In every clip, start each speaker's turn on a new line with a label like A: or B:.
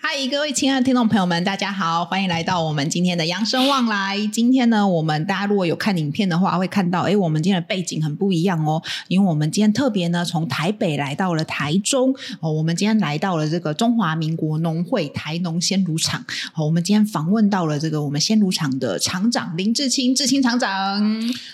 A: 嗨，各位亲爱的听众朋友们，大家好，欢迎来到我们今天的扬声望来。今天呢，我们大家如果有看影片的话，会看到，哎，我们今天的背景很不一样哦，因为我们今天特别呢，从台北来到了台中哦，我们今天来到了这个中华民国农会台农鲜乳厂。好，我们今天访问到了这个我们鲜乳厂的厂长林志清，志清厂长。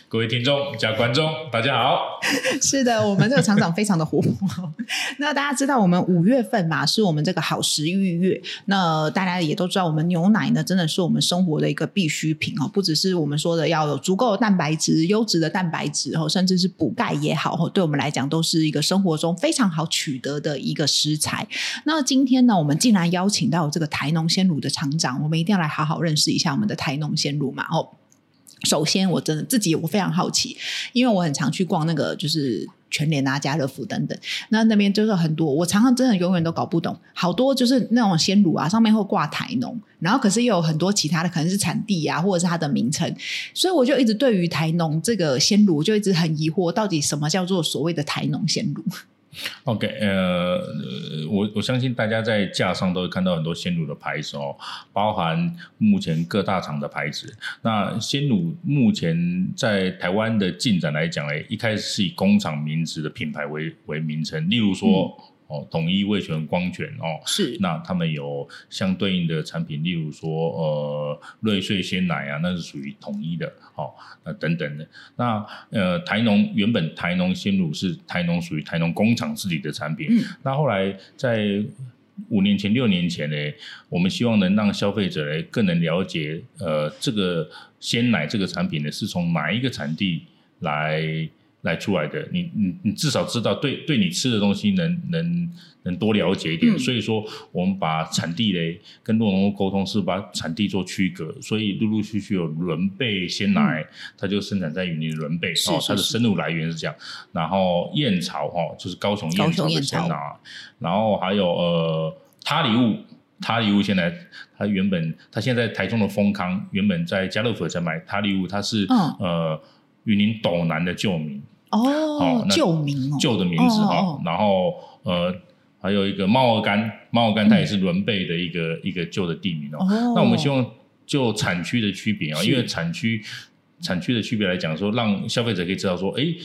B: 各位听众加观众，大家好。
A: 是的，我们这个厂长非常的活泼。 那大家知道，我们五月份嘛，是我们这个好食欲月。那大家也都知道，我们牛奶呢，真的是我们生活的一个必需品哦，不只是我们说的要有足够的蛋白质、优质的蛋白质哦，甚至是补钙也好哦，对我们来讲都是一个生活中非常好取得的一个食材。那今天呢，我们竟然邀请到这个台农鲜乳的厂长，我们一定要来好好认识一下我们的台农鲜乳嘛哦。首先，我真的自己我非常好奇，因为我很常去逛那个就是全联啊、家乐福等等，那那边就是很多，我常常真的永远都搞不懂，好多就是那种鲜乳啊，上面会挂台农，然后可是也有很多其他的，可能是产地啊，或者是它的名称，所以我就一直对于台农这个鲜乳就一直很疑惑，到底什么叫做所谓的台农鲜乳？
B: OK，呃，呃我我相信大家在架上都会看到很多鲜乳的牌子哦，包含目前各大厂的牌子。那鲜乳目前在台湾的进展来讲，呢，一开始是以工厂名字的品牌为为名称，例如说、哦，统一、味全、光泉哦，
A: 是
B: 那他们有相对应的产品，例如说呃瑞穗鲜奶啊，那是属于统一的，哦，那等等的。那呃台农原本台农鲜乳是台农属于台农工厂自己的产品，
A: 嗯
B: 那后来在五年前、六年前呢，我们希望能让消费者呢更能了解，呃，这个鲜奶这个产品呢是从哪一个产地来来出来的，你你你至少知道对对你吃的东西能能能多了解一点。
A: 嗯
B: 所以说，我们把产地嘞跟洛农沟通，是把产地做区隔，所以陆陆续续有伦贝鲜奶，它就生产在云林伦贝，
A: 嗯是
B: 哦
A: 是，
B: 它的
A: 是
B: 生乳来源是这样。然后燕巢哦，就是高雄
A: 高雄
B: 燕巢的
A: 燕
B: 鲜
A: 巢
B: 奶，然后还有呃，他礼物，他礼物现在他原本他现在在台中的丰康，原本在家乐福在卖他礼物，他是、
A: 嗯
B: 呃云林斗南的旧名，
A: 哦，
B: 那
A: 救命哦，
B: 旧的名字
A: 哦
B: 哈、
A: 哦
B: 然后呃还有一个猫儿干，猫儿干它也
A: 嗯
B: 是伦贝的一个、一个旧的地名哦。
A: 哦，
B: 那我们希望就产区的区别啊，
A: 是
B: 因为产区产区的区别来讲说，让消费者可以知道说，诶，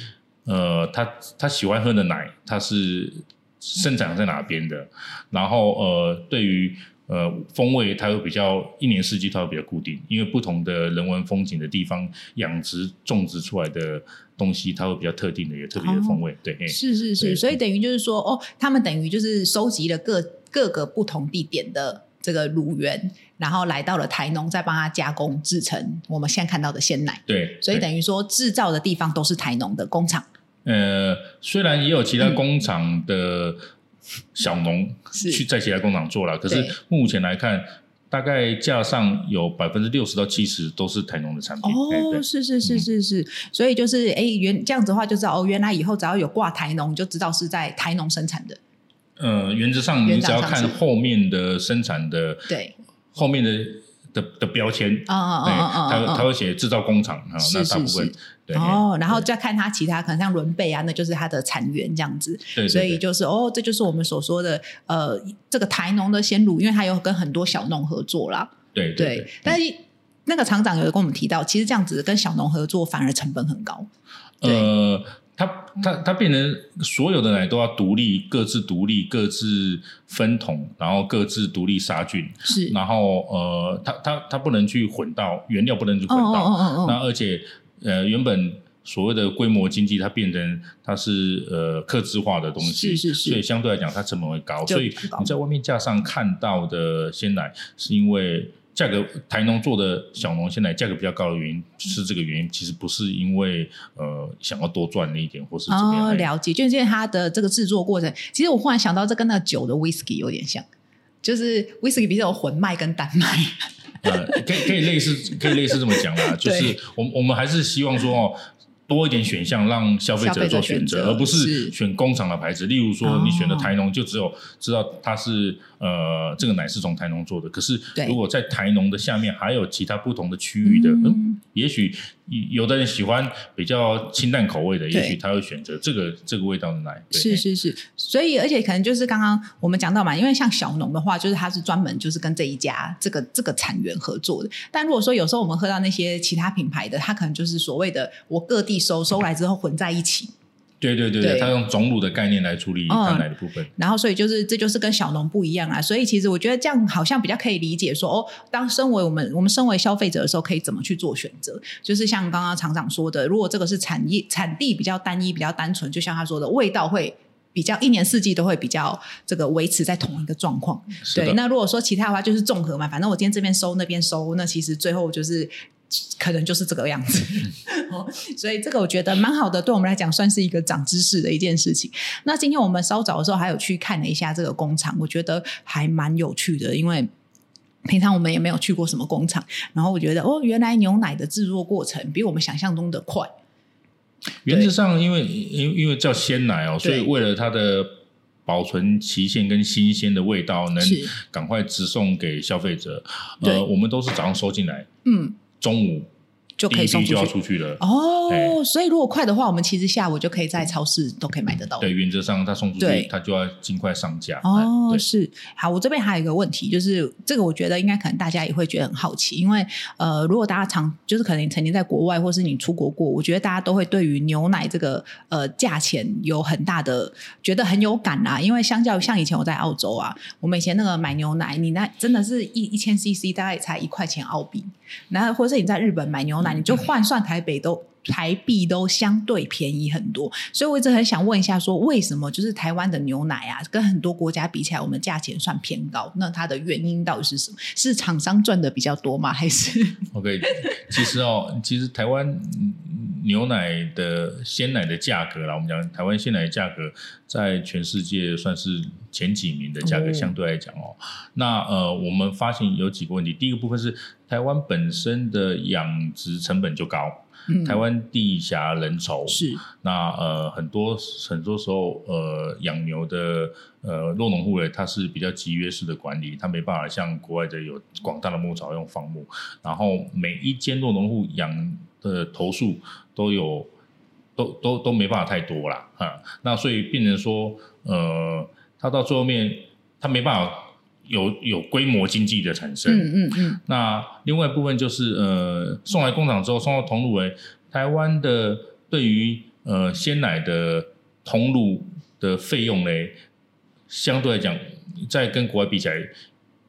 B: 呃，他他喜欢喝的奶，它是生长在哪边的，然后呃，对于呃风味，它会比较一年四季它会比较固定，因为不同的人文风景的地方养殖种植出来的东西，它会比较特定的，有特别的
A: 哦
B: 风味，对。诶
A: 是是是，
B: 对
A: 所以等于就是说，哦，他们等于就是收集了各各个不同地点的这个乳源，然后来到了台农，再帮它加工制成我们现在看到的鲜奶。
B: 对，
A: 所以
B: 对
A: 等于说，制造的地方都是台农的工厂，
B: 呃，虽然也有其他工厂的小农
A: 嗯是
B: 去在其他工厂做了，可是
A: 对
B: 目前来看，大概架上有百分之六十到七十都是台农的产品。哎对
A: 哦，是是是
B: 嗯
A: 是是，所以就是哎，原这样子的话就知道哦，原来以后只要有挂台农，就知道是在台农生产的，
B: 呃，原则上你只
A: 原厂
B: 要看
A: 上市
B: 后面的生产的
A: 对，
B: 后面的的的标签，
A: 啊啊
B: 哎，
A: 啊啊
B: 它
A: 啊
B: 它
A: 啊！
B: 会写制造工厂啊，
A: 是
B: 那大部
A: 是
B: 分
A: 是
B: 对
A: 哦，然后
B: 对
A: 再看它其他，可能像伦贝啊，那就是它的产源这样子。
B: 对对
A: 所以
B: 对
A: 就是哦，这就是我们所说的呃，这个台农的鲜乳，因为它有跟很多小农合作啦，
B: 对
A: 对。
B: 对，
A: 但是那个厂长有跟我们提到，其实这样子跟小农合作反而成本很高。对
B: 呃，它它它变成所有的奶都要独立，各自独立，各自分桶，然后各自独立杀菌，
A: 是，
B: 然后呃，它它它不能去混到原料，不能去
A: 哦
B: 混
A: 哦
B: 到。
A: 哦哦
B: 那而且呃，原本所谓的规模经济，它变成它是呃客制化的东西，
A: 是是是
B: 所以相对来讲它成本会高，
A: 就
B: 所以
A: 比较高
B: 你在外面架上看到的鲜奶，是因为价格台农做的小农鲜奶价格比较高的原因是这个原因，其实不是因为呃想要多赚那一点或是
A: 哦，
B: 怎么样。
A: 哦，
B: 哎
A: 了解，就是因为它的这个制作过程，其实我忽然想到，这跟那个酒的 whisky 有点像。就是 whisky 比较有混麦跟单麦，
B: 呃，可以可以类似可以类似这么讲啦，就是我们我们还是希望说哦。多一点选项让消费
A: 消
B: 者
A: 费者
B: 做选
A: 选择
B: 而不
A: 是
B: 是选工厂的牌子。例如
A: 哦
B: 说，你选的台农就只有知道它是呃，这个奶是从台农做的，可是
A: 对
B: 如果在台农的下面还有其他不同的区域的，嗯，也许有的人喜欢比较清淡口味的，也许他会选择这个这个味道的奶。对
A: 是是是，所以而且可能就是刚刚我们讲到嘛，因为像小农的话，就是它是专门就是跟这一家这个这个产源合作的。但如果说有时候我们喝到那些其他品牌的，它可能就是所谓的我各地收收来之后混在一起，
B: 对对对
A: 对
B: 对，他用种乳的概念来处理
A: 嗯
B: 它奶的部分。
A: 然后所以就是这就是跟小农不一样啊。所以其实我觉得这样好像比较可以理解说，哦，当身为我们我们身为消费者的时候，可以怎么去做选择？就是像刚刚厂长说的，如果这个是产业产地比较单一、比较单纯，就像他说的，味道会。比较一年四季都会比较这个维持在同一个状况，
B: 是
A: 对，
B: 的，
A: 那如果说其他的话，就是综合嘛，反正我今天这边收那边收，那其实最后就是可能就是这个样子。
B: 嗯
A: 哦，所以这个我觉得蛮好的，对我们来讲算是一个长知识的一件事情。那今天我们稍早的时候还有去看了一下这个工厂，我觉得还蛮有趣的，因为。平常我们也没有去过什么工厂，然后我觉得哦，原来牛奶的制作过程比我们想象中的快，
B: 原则上因为因为因为叫鲜奶哦，所
A: 对
B: 以为了它的保存期限跟新鲜的味道，能
A: 是
B: 赶快直送给消费者。
A: 对
B: 呃，我们都是早上收进来，
A: 嗯，
B: 中午
A: 就
B: 第
A: 可以
B: 一
A: 送
B: 批
A: 出
B: 就要
A: 去
B: 出去了。
A: 哦。
B: 对
A: 所以如果快的话，我们其实下午就可以在超市都可以买得到。
B: 对，原则上他送出
A: 对
B: 去，他就要尽快上架。哎
A: 哦，
B: 对
A: 是好，我这边还有一个问题，就是这个我觉得应该可能大家也会觉得很好奇，因为呃，如果大家常就是可能你曾经在国外或是你出国过，我觉得大家都会对于牛奶这个呃价钱有很大的觉得很有感啊，因为相较于像以前我在澳洲啊，我们以前那个买牛奶，你那真的是一一千 CC 大概才一块钱澳币，然后或者是你在日本买牛
B: 嗯
A: 奶，你就换算台北都。台币都相对便宜很多，所以我一直很想问一下说为什么就是台湾的牛奶啊，跟很多国家比起来，我们价钱算偏高？那它的原因到底是什么？是厂商赚的比较多吗？还 是
B: OK，其实哦，其实台湾嗯牛奶的鲜奶的价格啦，我们讲台湾鲜奶的价格在全世界算是前几名的价格，
A: 哦
B: 相对来讲哦。那呃，我们发现有几个问题，第一个部分是台湾本身的养殖成本就高，
A: 嗯
B: 台湾地狭人稠，
A: 是
B: 那呃，很多很多时候，呃，养牛的呃落农户呢，它是比较集约式的管理，它没办法像国外的有广大的牧场用放牧，然后每一间落农户养的头数都有，都都都没办法太多啦，啊，那所以变成说，呃，它到最后面，它没办法有有规模经济的产生，
A: 嗯嗯嗯
B: 那另外一部分就是呃，送来工厂之后，送到桐乳为台湾的对于呃鲜奶的桐乳的费用呢，相对来讲，在跟国外比起来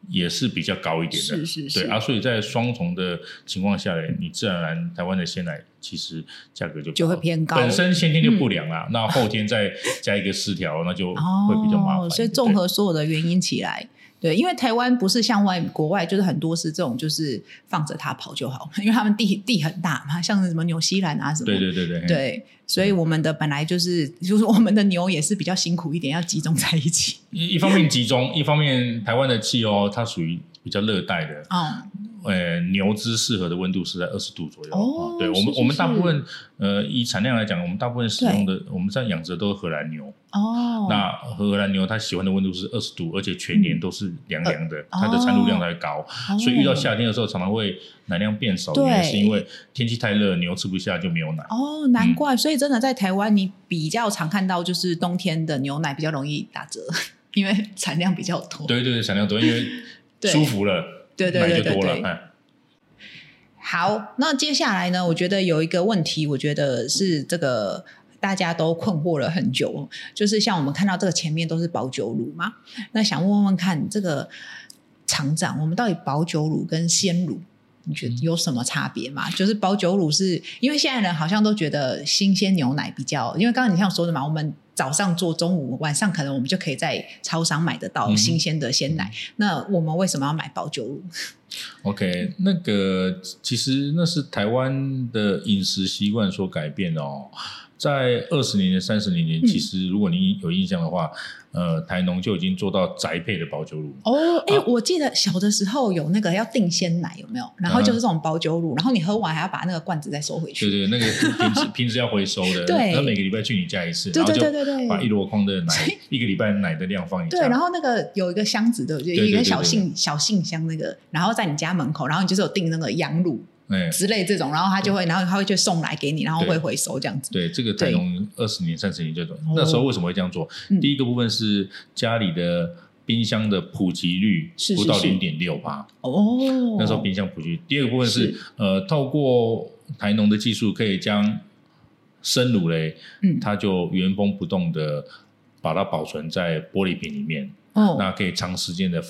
B: 也是比较高一点的。
A: 是是是
B: 对啊，所以在双重的情况下呢，你自然而然台湾的鲜奶其实价格就比较
A: 就会偏高嗯
B: 本身先天就不良啦，那后天再加一个失调，那就会比较麻烦一点。
A: 哦所以综合所有的原因起来。对，因为台湾不是像外国外，就是很多是这种，就是放着它跑就好， 因为他们地地很大嘛，像是什么纽西兰啊什么，
B: 对对对对对
A: 对，所以我们的本来就是，就是我们的牛也是比较辛苦一点，要集中在一起。
B: 一一方面集中，一方面台湾的气候它属于比较热带的，
A: 哦，
B: 呃，牛只适合的温度是在二十度左右。
A: 哦
B: 对我们
A: 是是
B: 我们大
A: 是
B: 部分呃以产量来讲，我们大部分使用的我们在养殖的都是荷兰牛。
A: 哦，嗯
B: 那荷兰牛它喜欢的温度是二十度，而且全年都是凉凉的，它的产乳量才高。
A: 呃哦
B: 所以遇到夏天的时候，常常会奶量变少，
A: 对
B: 原因是因为天气太热，牛吃不下就没有奶。
A: 哦，
B: 嗯
A: 难怪，所以真的在台湾，你比较常看到就是冬天的牛奶比较容易打折， 因为产量比较多。
B: 对对对，产量多，因为
A: 对
B: 舒服了，
A: 对对
B: 奶
A: 对
B: 就
A: 对
B: 多了。
A: 对
B: 哎，
A: 好，那接下来呢？我觉得有一个问题，我觉得是这个大家都困惑了很久哦，就是像我们看到这个前面都是保酒乳嘛，那想问问看这个厂长，我们到底保酒乳跟鲜乳？你觉得有什么差别吗？就是保酒乳是因为现在人好像都觉得新鲜牛奶比较，因为刚刚你像说的嘛，我们早上做，中午晚上可能我们就可以在超商买得
B: 嗯
A: 到
B: 哼
A: 新鲜的鲜奶。那我们为什么要买保酒乳？
B: OK，那个其实那是台湾的饮食习惯所改变哦。在二十年前、三十年前，
A: 嗯
B: 其实如果你有印象的话，呃，台农就已经做到宅配的保酒乳。
A: 哦，哎、我记得小的时候有那个要订鲜奶，有没有？然后就是这种保酒乳，然后你喝完还要把那个罐子再收回
B: 对
A: 去。
B: 对，那个 平时平时要回收的，
A: 对
B: 他每个礼拜去你家一次，
A: 对
B: 然后
A: 对
B: 就
A: 对对对
B: 把一箩筐的奶
A: 所以，
B: 一个礼拜奶的量放你
A: 对
B: 家，
A: 然后那个有一个箱子，对不对？
B: 对对
A: 有一个
B: 对
A: 小
B: 对
A: 信小信箱那个，然后在你家门口，然后你就是有订那个羊乳
B: 哎，
A: 之类这种，然后他就会，然后他会就送来给你，然后会回收这样子。
B: 对，这个台
A: 对哦
B: 农二十年、三十年这种，那时候为什么会这样做？
A: 嗯
B: 第一个部分是家里的冰箱的普及率
A: 是
B: 不
A: 是
B: 到
A: 是
B: 零点六吧，
A: 哦，
B: 那时候冰箱普及率。第二个部分是
A: 是
B: 呃，透过台农的技术，可以将生乳嘞，
A: 嗯，
B: 它就原封不动的把它保存在玻璃瓶里面，
A: 哦，
B: 那可以长时间的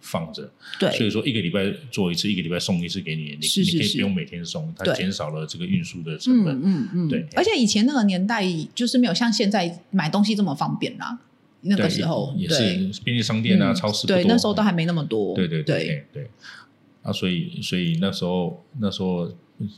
B: 放着。所
A: 对，
B: 以说一个礼拜做一次，一个礼拜送一次给你，你
A: 是是
B: 你可以
A: 是
B: 不用每天送，它
A: 对
B: 减少了这个运输的成
A: 嗯
B: 本。
A: 嗯嗯，
B: 对
A: 而且以前那个年代就是没有像现在买东西这么方便啦，那个
B: 对
A: 时候
B: 也
A: 对
B: 也是便利商店啊、
A: 嗯
B: 超市不
A: 对，
B: 多
A: 那时候都还没那么多，
B: 对对
A: 对。
B: 对对啊，所以所以那时候那时候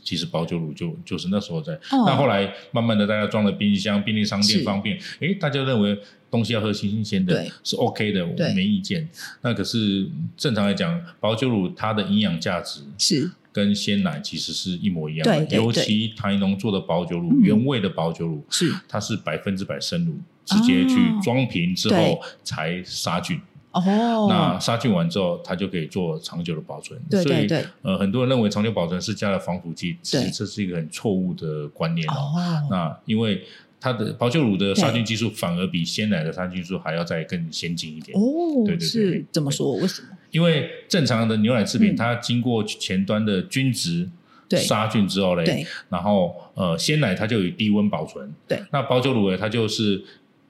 B: 其实保酒乳就就是那时候在，
A: 哦
B: 那后来慢慢的大家装了冰箱、便利商店
A: 是
B: 方便，诶，大家认为东西要喝新鲜的
A: 对
B: 是 OK 的，
A: 对
B: 我没意见。那可是正常来讲，保酒乳它的营养价值
A: 是
B: 跟鲜奶其实是一模一样的，
A: 对对
B: 尤
A: 对
B: 其台农做的保酒乳，
A: 嗯
B: 原味的保酒乳，
A: 是
B: 它是百分之百生乳，直接去
A: 哦
B: 装瓶之后才杀菌。
A: 哦，
B: 那杀菌完之后，它就可以做长久的保存。
A: 对对
B: 所以
A: 对，
B: 呃，很多人认为长久保存是加了防腐剂，其
A: 对
B: 实这是一个很错误的观念哦。
A: 哦，
B: 那因为它的保酒乳的杀菌技术反而比鲜奶的杀菌技术还要再更先进一点。
A: 哦，
B: 对对对
A: 是
B: 对
A: 怎么说？为什么？
B: 因为正常的牛奶制品，
A: 嗯
B: 它经过前端的均值
A: 对
B: 杀菌之后嘞
A: 对，哦
B: 然后呃鲜奶它就以低温保存，
A: 对，
B: 那保酒乳呢，它就是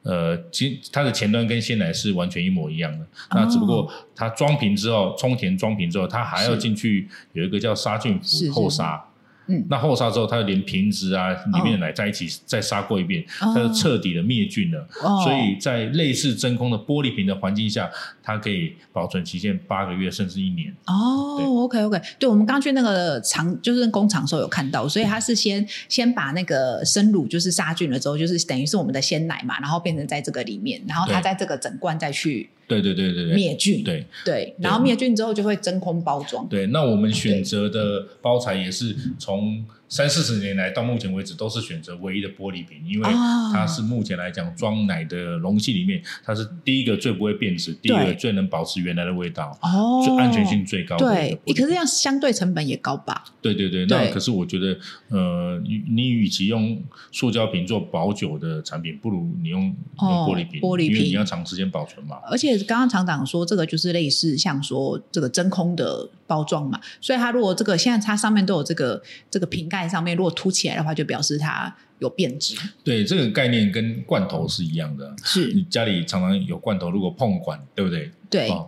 B: 呃其它的前端跟鲜奶是完全一模一样的，
A: 哦
B: 那只不过它装瓶之后充填装瓶之后，它还要
A: 是
B: 进去有一个叫杀菌
A: 是是
B: 服后杀。
A: 嗯
B: 那后杀之后，它连瓶子啊里面的奶在一起再杀过一遍，
A: 哦
B: 它就彻底的灭菌了。
A: 哦，
B: 所以在类似真空的玻璃瓶的环境下，它可以保存期限八个月甚至一年。对
A: 哦，OK OK，对，我们刚去那个厂，就是工厂的时候有看到，所以
B: 嗯
A: 它是先先把那个生乳就是杀菌了之后，就是等于是我们的鲜奶嘛，然后变成在这个里面，然后它
B: 对
A: 在这个整罐再去
B: 对对对对对
A: 灭菌，
B: 对
A: 对，然后灭菌之后就会真空包装，
B: 对。那我们选择的包材也是从三四十年来到目前为止都是选择唯一的玻璃瓶，因为
A: 啊
B: 它是目前来讲装奶的容器里面，它是第一个最不会变质，第一个
A: 对
B: 最能保持原来的味道。
A: 哦，
B: 最安全性最高的一个
A: 对
B: 玻，璃
A: 诶可是
B: 瓶
A: 这样相对成本也高吧？
B: 对对对，
A: 对
B: 那可是我觉得，呃，你你与其用塑胶瓶做保酒的产品，不如你用
A: 哦
B: 用玻璃瓶，
A: 玻璃瓶
B: 因为你要长时间保存嘛。
A: 而且刚刚厂长说，这个就是类似像说这个真空的包装嘛，所以它如果这个现在它上面都有这个这个瓶盖上面如果凸起来的话，就表示它有变质。
B: 对，这个概念跟罐头是一样的。你
A: 是，
B: 家里常常有罐头，如果碰管，对不对？
A: 对，
B: 哦，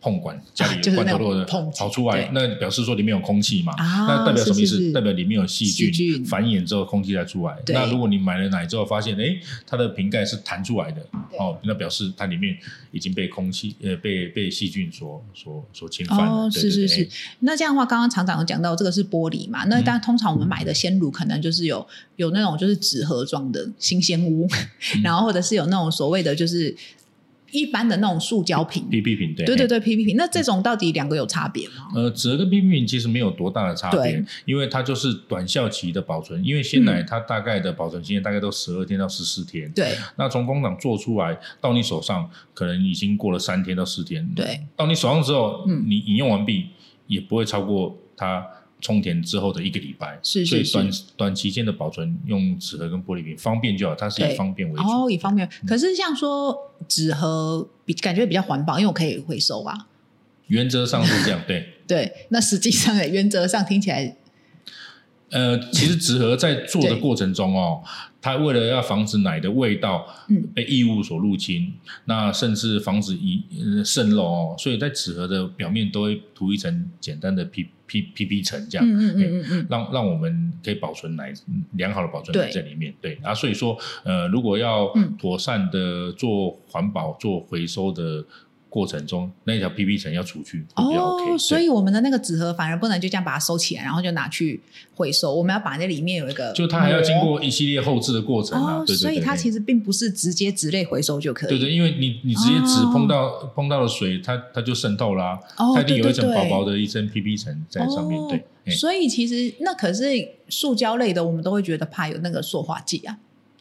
B: 碰管，家里
A: 就
B: 有
A: 是
B: 罐
A: 那
B: 头
A: 种
B: 如果
A: 碰击
B: 跑出来
A: 对，
B: 那表示说里面有空气嘛。
A: 啊
B: 那代表什么意
A: 是是
B: 思？
A: 是
B: 代表里面有细
A: 细菌
B: 菌繁衍之后，空气才出来。
A: 对
B: 那如果你买了奶之后发现，哎，它的瓶盖是弹出来的
A: 对，
B: 哦，那表示它里面已经被空气呃被被细菌所所所侵犯了。
A: 哦，
B: 对
A: 是是，
B: 对
A: 是
B: 对。
A: 那这样的话，刚刚厂长有讲到这个是玻璃嘛，那
B: 嗯
A: 当然通常我们买的鲜乳可能就是有有那种就是纸盒装的新鲜屋，
B: 嗯
A: 然后或者是有那种所谓的就是一般的那种塑胶瓶。
B: PP 品对
A: 对
B: 哎
A: 对对，PP 瓶，那这种到底两个有差别吗？
B: 呃，纸盒跟冰品其实没有多大的差别
A: 对，嗯
B: 因为它就是短效期的保存。因为鲜奶它大概的保存期限大概都十二天到十四天，
A: 对，
B: 那从工厂做出来到你手上，可能已经过了三天到四天。
A: 对，
B: 到你手上之后，
A: 嗯
B: 你饮用完毕也不会超过它充填之后的一个礼拜。
A: 是是是
B: 所以短短期间的保存，用纸盒跟玻璃瓶方便就好，它是
A: 对
B: 以方便为主。
A: 哦，以方便。
B: 嗯
A: 可是像说纸盒比感觉比较环保，因为我可以回收啊。
B: 原则上是这样，对。
A: 对，那实际上的原则上听起来
B: 呃，其实纸盒在做的
A: 嗯对
B: 过程中哦，它为了要防止奶的味道
A: 嗯
B: 被异物所入侵，那甚至防止遗呃渗漏哦，所以在纸盒的表面都会涂一层简单的 P P P P 层这样。哎
A: 嗯嗯
B: 对
A: 嗯嗯嗯，
B: 让让我们可以保存奶嗯良好的保存奶
A: 对
B: 在里面，对啊，所以说呃，如果要
A: 嗯
B: 妥善的做环保、做回收的过程中，那条 PP 层要除去会比较
A: 哦，
B: OK 对。
A: 所以我们的那个纸盒反而不能就这样把它收起来，然后就拿去回收。我们要把那里面有一个膜，
B: 就它还要经过一系列后置的过程啊，
A: 哦，
B: 对对对
A: 所以它
B: 对
A: 其实并不是直接纸类回收就可以。
B: 对对，因为你你直接纸
A: 哦
B: 碰到、碰到了水，它它就渗透啦、
A: 哦
B: 它一定有一层
A: 对对
B: 薄
A: 对
B: 薄的一层 PP 层在上面，
A: 哦
B: 对，哎
A: 所以其实那可是塑胶类的，我们都会觉得怕有那个塑化剂啊。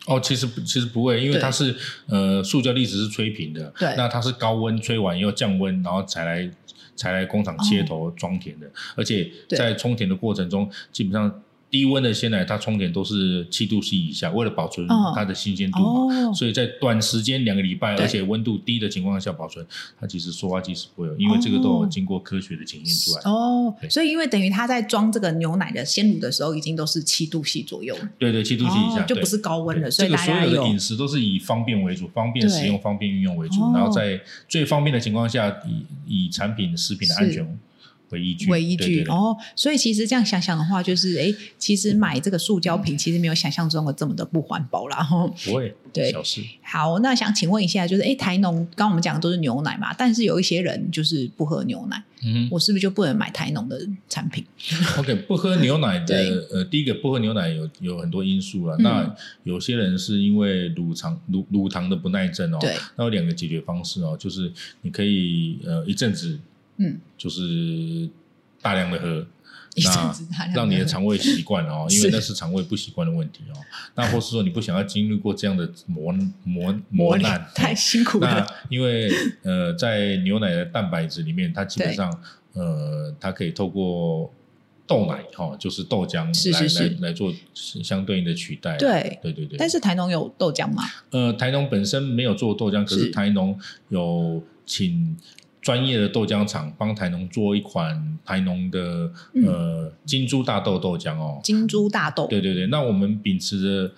B: 哦，其实不其实不会，因为
A: 对
B: 它是呃塑胶粒子是吹平的，
A: 对
B: 那它是高温吹完又降温，然后才来才来工厂切头装填的，而且
A: 哦对
B: 在冲填的过程中，基本上低温的鲜奶它冲填都是七度 C 以下，为了保存
A: 嗯
B: 它的新鲜度嘛，
A: 哦，
B: 所以在短时间两个礼拜，
A: 对
B: 而且温度低的情况下保存，它其实塑化剂是不会有，因为这个都有经过科学的检验出来。
A: 哦，
B: 对
A: 所以因为等于它在装这个牛奶的鲜乳的时候，已经都是七度 C 左右，
B: 对对，七度 C 以下、
A: 哦就
B: 对
A: 不是高温
B: 对
A: 了，所以
B: 这个
A: 大
B: 所
A: 家
B: 有
A: 有
B: 的饮食都是以方便为主，方便使用、
A: 对
B: 方便运用为主
A: 哦，
B: 然后在最方便的情况下，以以产品食品的安全为依据。
A: 为依
B: 对
A: 据
B: 对对
A: 哦。所以其实这样想想的话，就是哎，其实买这个塑胶瓶其实没有想象中的这么的不环保啦。哦
B: 不会，
A: 对
B: 小 事。
A: 好，那想请问一下，就是哎，台农刚刚我们讲的都是牛奶嘛，但是有一些人就是不喝牛奶，
B: 嗯
A: 我是不是就不能买台农的产品？
B: ，OK，不喝牛奶的
A: 对，
B: 呃，第一个不喝牛奶有有很多因素了。
A: 嗯
B: 那有些人是因为乳糖乳乳糖的不耐症哦，
A: 对，
B: 那有两个解决方式哦，就是你可以呃一阵子
A: 嗯，
B: 就是大量的喝，
A: 一阵
B: 那
A: 子大量地
B: 让你的
A: 喝
B: 肠胃习惯 哦，因为
A: 是
B: 那是肠胃不习惯的问题哦。那或是说你不想要经历过这样的磨 磨磨
A: 磨
B: 难
A: 难，太辛苦
B: 那
A: 了。
B: 因为呃，在牛奶的蛋白质里面，它基本上呃，它可以透过豆奶哈、哦，就是豆浆
A: 是是
B: 来
A: 是
B: 来来做相对应的取代。
A: 对
B: 对对对。
A: 但是台农有豆浆嘛？
B: 呃，台农本身没有做豆浆，可是
A: 是
B: 台农有请专业的豆浆厂帮台农做一款台农的、
A: 嗯
B: 呃金珠大豆豆浆哦。
A: 金珠大豆，
B: 对对对，那我们秉持着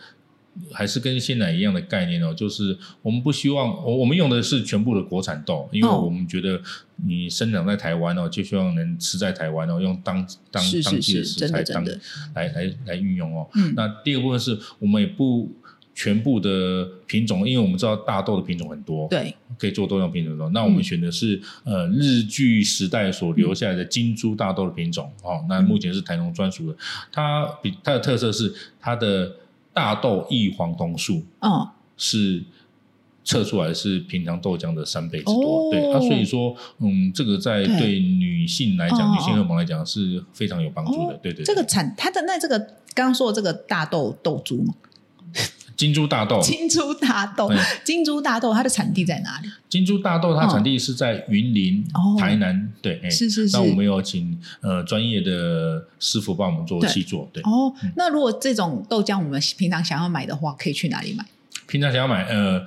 B: 还是跟鲜奶一样的概念哦，就是我们不希望我我们用的是全部的国产豆，因为
A: 哦
B: 我们觉得你生长在台湾哦，就希望能吃在台湾哦，用当当
A: 是
B: 当
A: 是
B: 季的
A: 是，
B: 食
A: 真
B: 材
A: 的
B: 当
A: 真的，
B: 来来来运用哦。
A: 嗯，
B: 那第二个部分是我们也不全部的品种，因为我们知道大豆的品种很多，，
A: 对，
B: 可以做多样品种的。那我们
A: 嗯
B: 选的是、呃日据时代所留下来的金珠大豆的品种哦，
A: 嗯
B: 那目前是台农专属的。它比它的特色是它的大豆异黄酮素
A: 嗯，
B: 是。测出来是平常豆浆的三倍之多，
A: 哦
B: 对啊，所以说，嗯，这个在
A: 对
B: 对女性来讲，
A: 哦
B: 女性荷尔蒙来讲是非常有帮助的，
A: 哦
B: 对对对。
A: 这个产它的那这个刚刚说的这个大豆豆珠嘛，
B: 金珠大豆，
A: 金珠大豆
B: 嗯，
A: 金珠大豆它的产地在哪里？
B: 金珠大豆它产地是在云林、
A: 嗯哦
B: 台南，对，哎
A: 是是是
B: 那我们有请呃专业的师傅帮我们做
A: 对
B: 细做，对。
A: 哦
B: 嗯，
A: 那如果这种豆浆我们平常想要买的话，可以去哪里买？
B: 平常想要买，呃，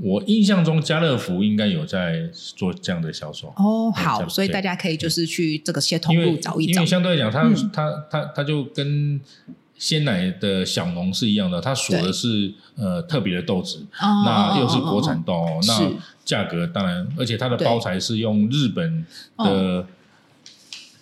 B: 我印象中家乐福应该有在做这样的销售。
A: 哦，
B: 对这
A: 好，
B: 样
A: 所以
B: 对
A: 大家可以就是去这个协
B: 因
A: 同
B: 为
A: 路找一
B: 因
A: 找
B: 为。相对来讲，它、
A: 嗯
B: 它它它就跟鲜奶的小农是一样的，它属的
A: 对
B: 是呃特别的豆子，
A: 哦
B: 那
A: 哦
B: 又是
A: 哦哦
B: 国产
A: 哦
B: 豆哦，那
A: 是
B: 价格当然，而且它的
A: 对嗯
B: 包材是用日本的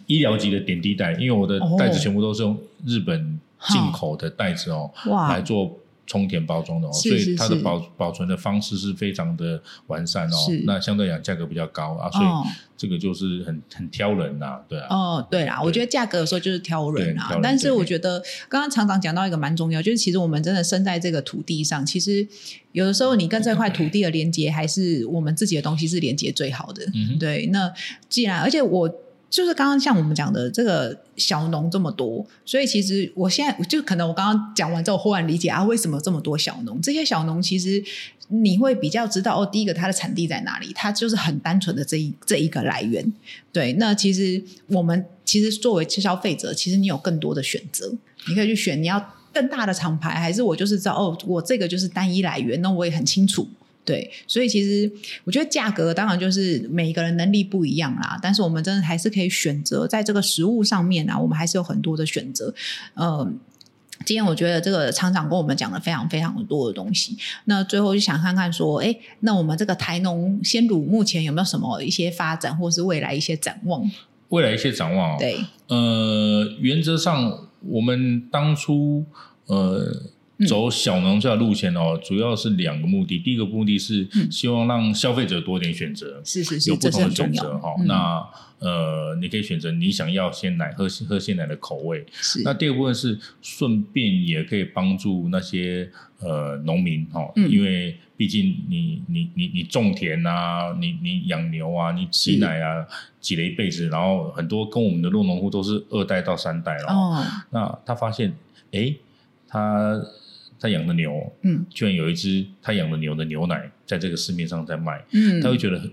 B: 医疗级的点滴袋，因为我的
A: 哦
B: 袋子全部都是用日本进口的袋子哦，来
A: 哇，
B: 做充填包装的哦，
A: 是
B: 所以
A: 是
B: 它的
A: 是
B: 保保存的方式是非常的完善哦
A: 是。
B: 那相对来讲价格比较高啊，所
A: 哦
B: 以这个就是很很挑人呐，对啊，
A: 哦，对啦，我觉得价格有时候就是挑人
B: 对
A: 啊
B: 挑人。
A: 但是
B: 对
A: 我觉得刚刚厂长讲到一个蛮重要，就是其实我们真的生在这个土地上，其实有的时候你跟这块土地的连接，还是我们自己的东西是连接最好的。
B: 嗯哼，
A: 对，那既然而且我就是刚刚像我们讲的这个小农这么多，所以其实我现在我就可能我刚刚讲完之后，忽然理解啊，为什么这么多小农？这些小农其实你会比较知道哦，第一个它的产地在哪里，它就是很单纯的这一这一个来源。对，那其实我们其实作为消费者，其实你有更多的选择，你可以去选你要更大的厂牌，还是我就是知道哦，我这个就是单一来源，那我也很清楚。对，所以其实我觉得价格当然就是每一个人能力不一样啦，但是我们真的还是可以选择在这个食物上面啊，我们还是有很多的选择。嗯，今天我觉得这个厂长跟我们讲了非常非常多的东西，那最后就想看看说，哎，那我们这个台农鲜乳目前有没有什么一些发展，或是未来一些展望？
B: 未来一些展望哦，
A: 对，
B: 呃，原则上我们当初呃
A: 嗯
B: 走小农这条路线哦，主要是两个目的。第一个目的是
A: 嗯
B: 希望让消费者多点选择，
A: 是是
B: 有
A: 是，
B: 不
A: 这是
B: 同的
A: 很
B: 选
A: 重
B: 择
A: 要。
B: 哈、
A: 嗯
B: 那呃，你可以选择你想要鲜奶喝喝鲜奶的口味。
A: 是
B: 那第二部分是顺便也可以帮助那些呃农民哈、哦
A: 嗯
B: 因为毕竟你你你你种田啊，你你养牛啊，你挤
A: 是
B: 奶啊，挤了一辈子，然后很多跟我们的落农户都是二代到三代了、哦
A: 哦，
B: 那他发现，诶，他他养的牛，
A: 嗯
B: 居然有一只他养的牛的牛奶在这个市面上在卖，
A: 嗯，
B: 他会觉得很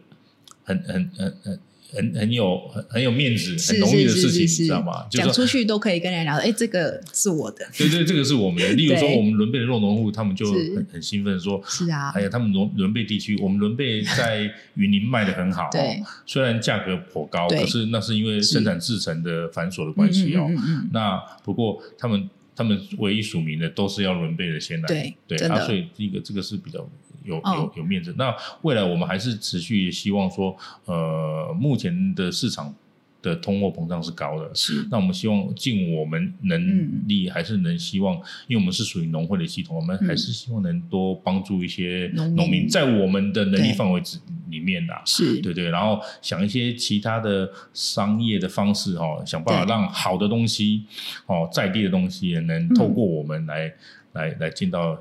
B: 很很很很很很有很很有面子，
A: 是
B: 很荣誉的
A: 是
B: 事
A: 是
B: 情，你
A: 是
B: 知道吗？就是
A: 讲
B: 说
A: 出去都可以跟人家聊，哎，这个是我的，
B: 对对，这个是我们的。例如说，
A: 对
B: 我们伦贝的肉农户，他们就是很很兴奋说。
A: 是啊
B: 哎，呀，他们伦伦贝地区，我们伦贝在云林卖的很好、
A: 对
B: 哦，虽然价格颇高，
A: 对
B: 可是那是因为
A: 是
B: 生产制成的繁琐的关系哦。
A: 嗯嗯嗯嗯嗯
B: 那不过他们他们唯一署名的都是要伦贝的鲜奶，
A: 对
B: 对，
A: 真
B: 啊，
A: 的
B: 所以这个这个是比较有
A: 嗯
B: 有有面子。那未来我们还是持续希望说，呃，目前的市场的通货膨胀是高的，
A: 是
B: 那我们希望尽我们能力，还是能希
A: 嗯
B: 望，因为我们是属于农会的系统，我们还是希望能多帮助一些
A: 农民
B: 农民，在我们的能力
A: 对
B: 范围之里面啦、
A: 是，
B: 对对，然后想一些其他的商业的方式哦，想办法
A: 对
B: 让好的东西哦，在地的东西也能透过我们来、
A: 嗯
B: 来来进到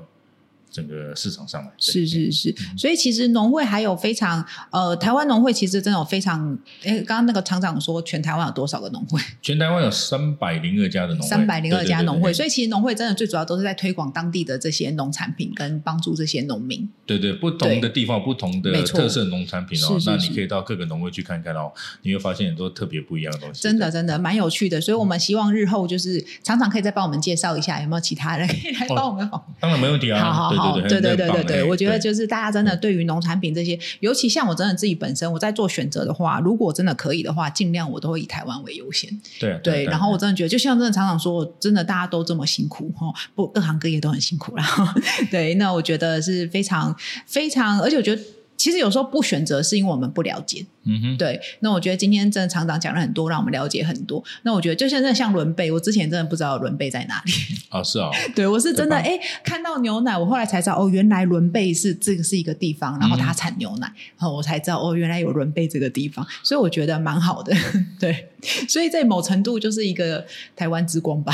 B: 整个市场上来。对嗯
A: 是是是，所以其实农会还有非常呃，台湾农会其实真的有非常，哎，刚刚那个厂长说全台湾有多少个农会？
B: 全台湾有三百零二家的农会，
A: 三百零二家农会，所
B: 以
A: 以其实农会真的最主要都是在推广当地的这些农产品，跟帮助这些农民。
B: 对对，不同的地方有不同的
A: 没错
B: 特色农产品哦，
A: 是是
B: 那
A: 是
B: 你可以到各个农会去看看哦，你会发现很多特别不一样的嗯东西。
A: 真的，真的蛮有趣的，所以我们希望日后就是常常可以再帮我们介绍一下，有没有其他人可以
B: 哦
A: 来帮我们访问？
B: 当然没问题啊，
A: 好好好，
B: 对
A: 对
B: 哎对
A: 对对哎对，我嗯觉得
B: 是
A: 就是大家真的对于农产品这些，尤其像我真的自己本身，我在做选择的话，如果真的可以的话，尽量我都会以台湾为优先。
B: 对
A: 对，然后我真的觉得，就像真的常常说，真的大家都这么辛苦哈，哦不，各行各业都很辛苦啦。 对，那我觉得是非常非常，而且我觉得。其实有时候不选择是因为我们不了解，
B: 嗯哼，
A: 对。那我觉得今天真的厂长讲了很多，让我们了解很多。那我觉得就像真的像伦贝，我之前真的不知道伦贝在哪里。
B: 啊是啊，
A: 对我是真的
B: 对
A: 哎，看到牛奶，我后来才知道哦，原来伦贝是这个是一个地方，然后它
B: 嗯
A: 产牛奶，然后我才知道哦，原来有伦贝这个地方，所以我觉得蛮好的， 对，所以在某程度就是一个台湾之光吧，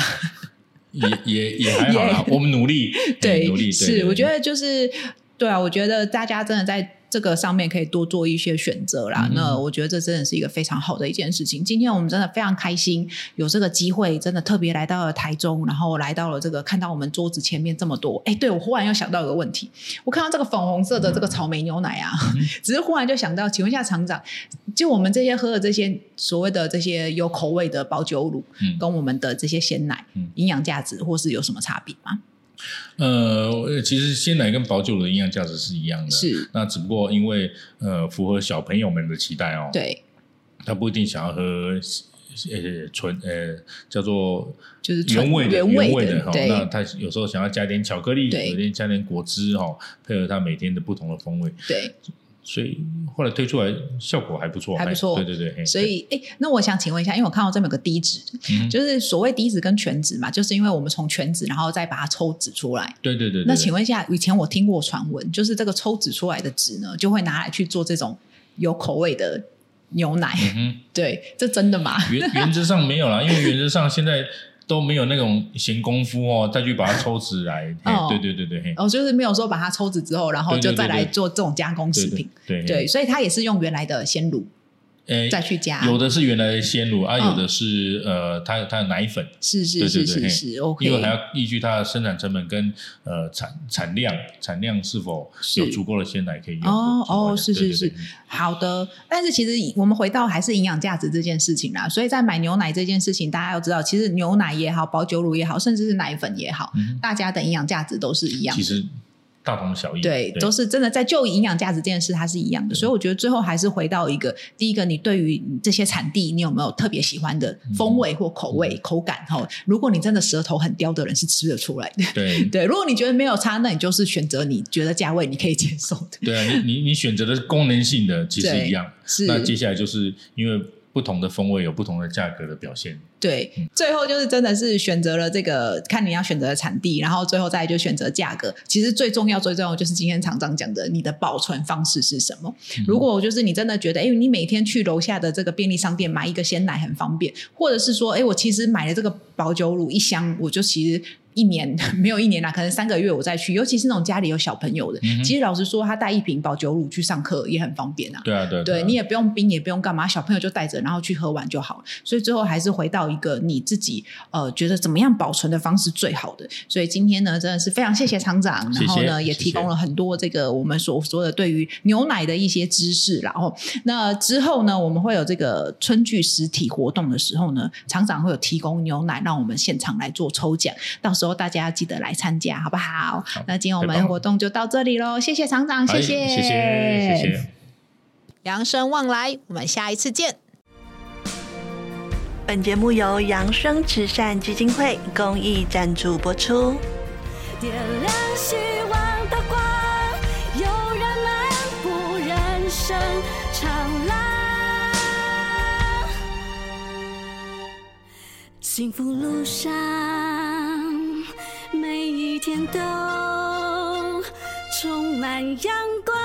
B: 也也也还好 啦，我们努力，哎努力，对
A: 是，
B: 对
A: 我觉
B: 对
A: 得就是对啊，我觉得大家真的在。这个上面可以多做一些选择啦。
B: 嗯
A: 那我觉得这真的是一个非常好的一件事情。今天我们真的非常开心，有这个机会，真的特别来到了台中，然后来到了这个看到我们桌子前面这么多。哎，对我忽然又想到一个问题，我看到这个粉红色的这个
B: 嗯
A: 草莓牛奶啊， 只是忽然就想到，请问一下厂长，就我们这些喝的这些所谓的这些有口味的保酒乳，
B: 嗯
A: 跟我们的这些鲜奶
B: 嗯，
A: 营养价值或是有什么差别吗？
B: 呃，我其实鲜奶跟保酒乳的营养价值是一样的，
A: 是，
B: 那只不过因为呃符合小朋友们的期待哦，
A: 对，
B: 他不一定想要喝呃纯呃叫做
A: 就是纯
B: 原味的
A: 原味
B: 的哈、那
A: 对
B: 他有时候想要加点巧克力，
A: 对
B: 有点加点果汁哈、配合他每天的不同的风味，
A: 对，
B: 所以后来推出来效果还不错，
A: 还不
B: 哎
A: 错
B: 对对对，嘿
A: 所以哎，那我想请问一下，因为我看到这么有个低脂，
B: 嗯哼
A: 就是所谓低脂跟全脂嘛，就是因为我们从全脂然后再把它抽脂出来。
B: 对对对对，
A: 那请问一下，以前我听过传闻，就是这个抽脂出来的脂呢，就会拿来去做这种有口味的牛奶。
B: 对嗯
A: 对，这真的吗？
B: 哼原原则上没有啦，因为原则上现在都没有那种闲工夫哦，再去把它抽脂来，嘿
A: 哦
B: 对对对对，嘿
A: 哦，就是没有说把它抽脂之后，然后
B: 对对
A: 就
B: 对
A: 再来
B: 对
A: 做这种加工食品。
B: 对
A: 对，，所以它也是用原来的鲜乳
B: 嘿
A: 再
B: 哎。
A: 去加。
B: 有的是原来的鲜乳啊，
A: 嗯
B: 有的是呃，它它的奶粉，
A: 是是
B: 对
A: 是
B: 对
A: 是
B: 对
A: 是
B: 因
A: ，OK，
B: 为还要依据它的生产成本跟呃产产量，产量是否
A: 是
B: 有足够的鲜奶可以用的
A: 哦
B: 情况
A: 哦
B: 下
A: 是
B: 对
A: 是
B: 对对
A: 好的。但是其实我们回到还是营养价值这件事情啦，所以在买牛奶这件事情，大家要知道，其实牛奶也好，保酒乳也好，甚至是奶粉也好，
B: 嗯哼
A: 大家的营养价值都是一样
B: 其
A: 的。
B: 实大同小异，
A: 对，都是真的在就营养价值这件事，它是一样的，所以我觉得最后还是回到一个，第一个，你对于这些产地，你有没有特别喜欢的风味或口味、口感？哈，如果你真的舌头很刁的人，是吃得出来的。
B: 对
A: 对，如果你觉得没有差，那你就是选择你觉得价位你可以接受的。
B: 对啊，你你你选择的是功能性的，其实
A: 对
B: 一样。
A: 是
B: 那接下来就是因为不不同的风味有不同的价格的表现。
A: 对，
B: 嗯
A: 最后就是真的是选择了这个，看你要选择的产地，然后最后再就选择价格。其实最重要、最重要就是今天厂长讲的，你的保存方式是什么。
B: 嗯
A: 如果就是你真的觉得，哎，你每天去楼下的这个便利商店买一个鲜奶很方便，或者是说，哎，我其实买了这个保酒乳一箱，我就其实。一年没有一年啦、可能三个月我再去，尤其是那种家里有小朋友的，
B: 嗯哼
A: 其实老实说，他带一瓶保酒乳去上课也很方便啊。
B: 对啊，对啊，
A: 对
B: 啊
A: 你也不用冰，也不用干嘛，小朋友就带着，然后去喝完就好了。所以最后还是回到一个你自己呃觉得怎么样保存的方式最好的。所以今天呢，真的是非常谢谢厂长，
B: 谢谢
A: 然后呢也
B: 谢谢
A: 提供了很多这个我们所说的对于牛奶的一些知识。然后那之后呢，我们会有这个春季实体活动的时候呢，厂长会有提供牛奶让我们现场来做抽奖，到时候大家记得来参加，好不好？那今天我
B: 太棒
A: 们
B: 了
A: 活动就到这里喽，谢谢厂长，谢
B: 哎谢谢谢谢。
A: 扬生望来，我们下一次见。
C: 本节目由扬生慈善基金会公益赞助播出。
D: 点亮希望的光，有人漫步人生长廊，幸福路上每一天都充满阳光。